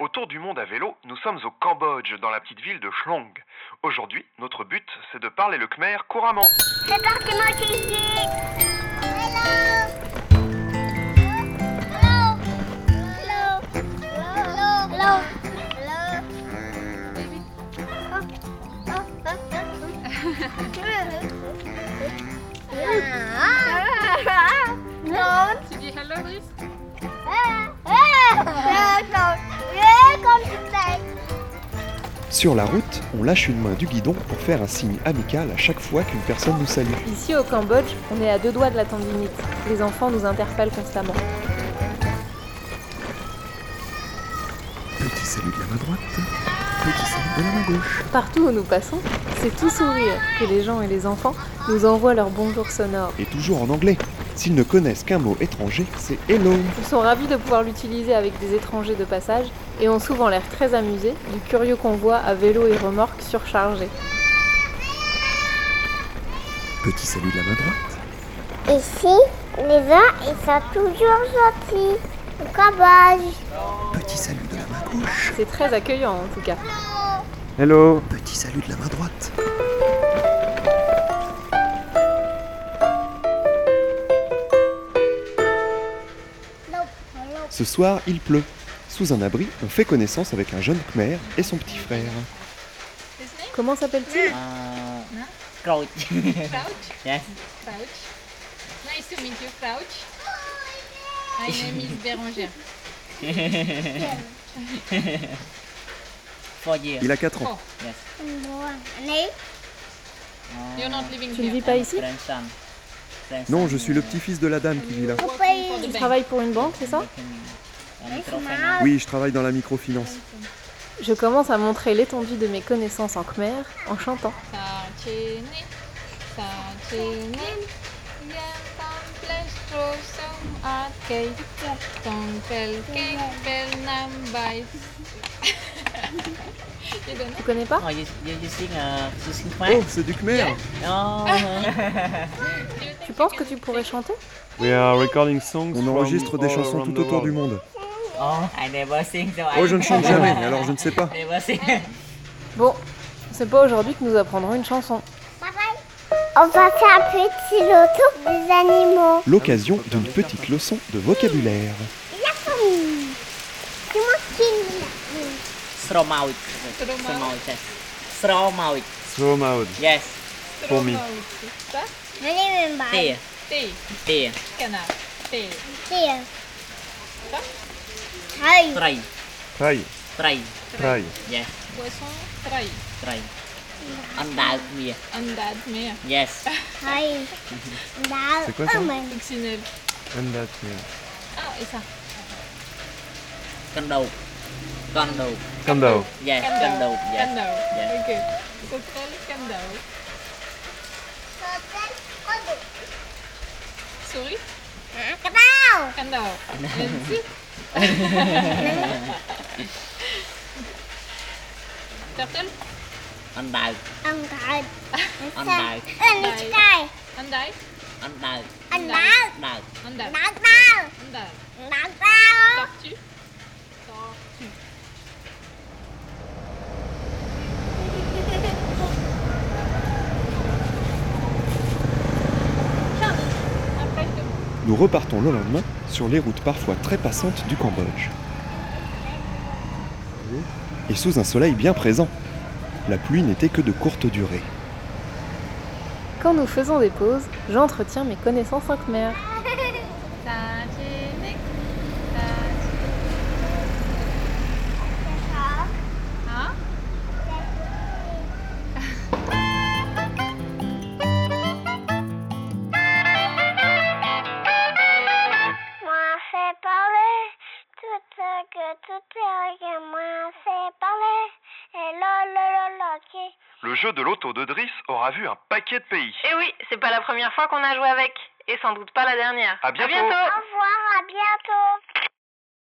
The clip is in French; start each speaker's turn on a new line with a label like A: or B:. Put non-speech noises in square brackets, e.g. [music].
A: Autour du monde à vélo, nous sommes au Cambodge, dans la petite ville de Chlong. Aujourd'hui, notre but, c'est de parler le khmer couramment.
B: C'est parti, moi qui suis. Hello. Hello. Hello. Hello. Hello.
C: Tu dis hello Brice
D: Sur la route, on lâche une main du guidon pour faire un signe amical à chaque fois qu'une personne nous salue.
E: Ici au Cambodge, on est à deux doigts de la tendinite. Les enfants nous interpellent constamment.
D: Petit salut de la main droite, petit salut de la main gauche.
E: Partout où nous passons, c'est tout sourire que les gens et les enfants nous envoient leur bonjour sonore.
D: Et toujours en anglais. S'ils ne connaissent qu'un mot étranger, c'est hello.
E: Ils sont ravis de pouvoir l'utiliser avec des étrangers de passage et ont souvent l'air très amusés du curieux convoi à vélo et remorque surchargés.
D: Petit salut de la main droite.
B: Ici, les gens, ils sont toujours gentils. Au Cambodge.
D: Petit salut de la main gauche.
E: C'est très accueillant en tout cas.
F: Hello,
D: Petit salut de la main droite. Ce soir, il pleut. Sous un abri, on fait connaissance avec un jeune Khmer et son petit frère.
E: Comment s'appelle-t-il
G: Uh,
C: No?
G: crouch.
C: Crouch
G: yes.
C: Crouch Nice to meet you Crouch My name is Bérangère
G: Four years.
D: Il a 4 ans.
G: Yes.
B: Allez.
G: Uh,
C: You're not living
E: Tu ne
C: here
E: vis pas
G: and
E: ici
G: grandson. Grandson,
D: Non, je suis le
G: uh,
D: petit-fils de la dame qui vit là.
C: Working for the
E: Tu
C: bank.
E: travailles pour une banque, c'est ça
G: working in microfinance.
B: Maman.
D: Oui, je travaille dans la microfinance.
E: Je commence à montrer l'étendue de mes connaissances en khmer en chantant.
C: Sa chéné, sa chéné, yam tam flesh tro som at kei, tong pel kei pel nam bai. [laughs] You don't know?
E: Tu connais pas
G: Oh, you, you, you sing, uh, you sing
D: Oh,
G: Khmer?
D: c'est du Khmer [laughs]
G: Oh.
C: Do you think
E: Tu penses
C: you
E: que
C: can
E: tu pourrais chanter
F: we are recording songs.
D: On enregistre des chansons tout autour du monde.
G: oh, I never sing, so [laughs] I
D: Oh, je ne chante jamais, alors je ne sais pas.
G: I never sing. [laughs]
E: Bon, c'est pas aujourd'hui que nous apprendrons une chanson.
B: On va faire un petit loto des animaux.
D: L'occasion d'une petite leçon de vocabulaire.
B: C'est moi qui l'ai.
G: Throw mouth.
C: Throw mouth.
G: yes. Throw mouth.
F: Throw 'em out.
G: Yes.
F: pour me.
C: Ça,
B: Venez me
G: Tear.
C: thé,
G: Tear.
C: canard, thé.
B: Tiens.
C: Ça
B: Aïe.
G: Try.
F: Try,
G: Try.
F: try.
G: Yes.
C: Poisson trahi.
G: Try. Ăn bia.
C: Andad mer.
G: Yes.
B: Aïe. Là,
F: C'est quoi, ça
B: oh, mais-
C: Coccinelle.
F: And that, yeah.
C: Ah, et ça.
G: Con đầu. Con đầu.
F: Come down.
G: Yes. Con
C: Candao.
G: đầu. dạ. Yes.
C: Candao.
G: Yes.
C: Ok. Sauterelle, candao. Souris,
B: Cabao.
C: candao. Merci. Turtle,
G: Ăn đào.
B: Ăn cải.
G: Ăn đào.
B: Ăn đi chị cải.
C: andai,
G: Ăn đào.
B: Ăn đá.
G: Đào.
C: andad,
B: Đá bao.
C: andad.
B: Đá bao.
C: Tortue, tortue. Après, je te
D: Nous repartons le lendemain sur les routes parfois très passantes du Cambodge. Et sous un soleil bien présent. La pluie n'était que de courte durée.
E: Quand nous faisons des pauses, j'entretiens mes connaissances en khmer.
C: Tadjini, tadjini. Hein?
B: Moi, c'est parler. Tout ce que tout est que moi, c'est parler. Et là, là, là, là, qui.
A: Le jeu de l'auto de Driss aura vu un paquet de pays.
H: Eh oui, c'est pas la première fois qu'on a joué avec, et sans doute pas la dernière.
A: À bientôt.
B: Au revoir, à bientôt.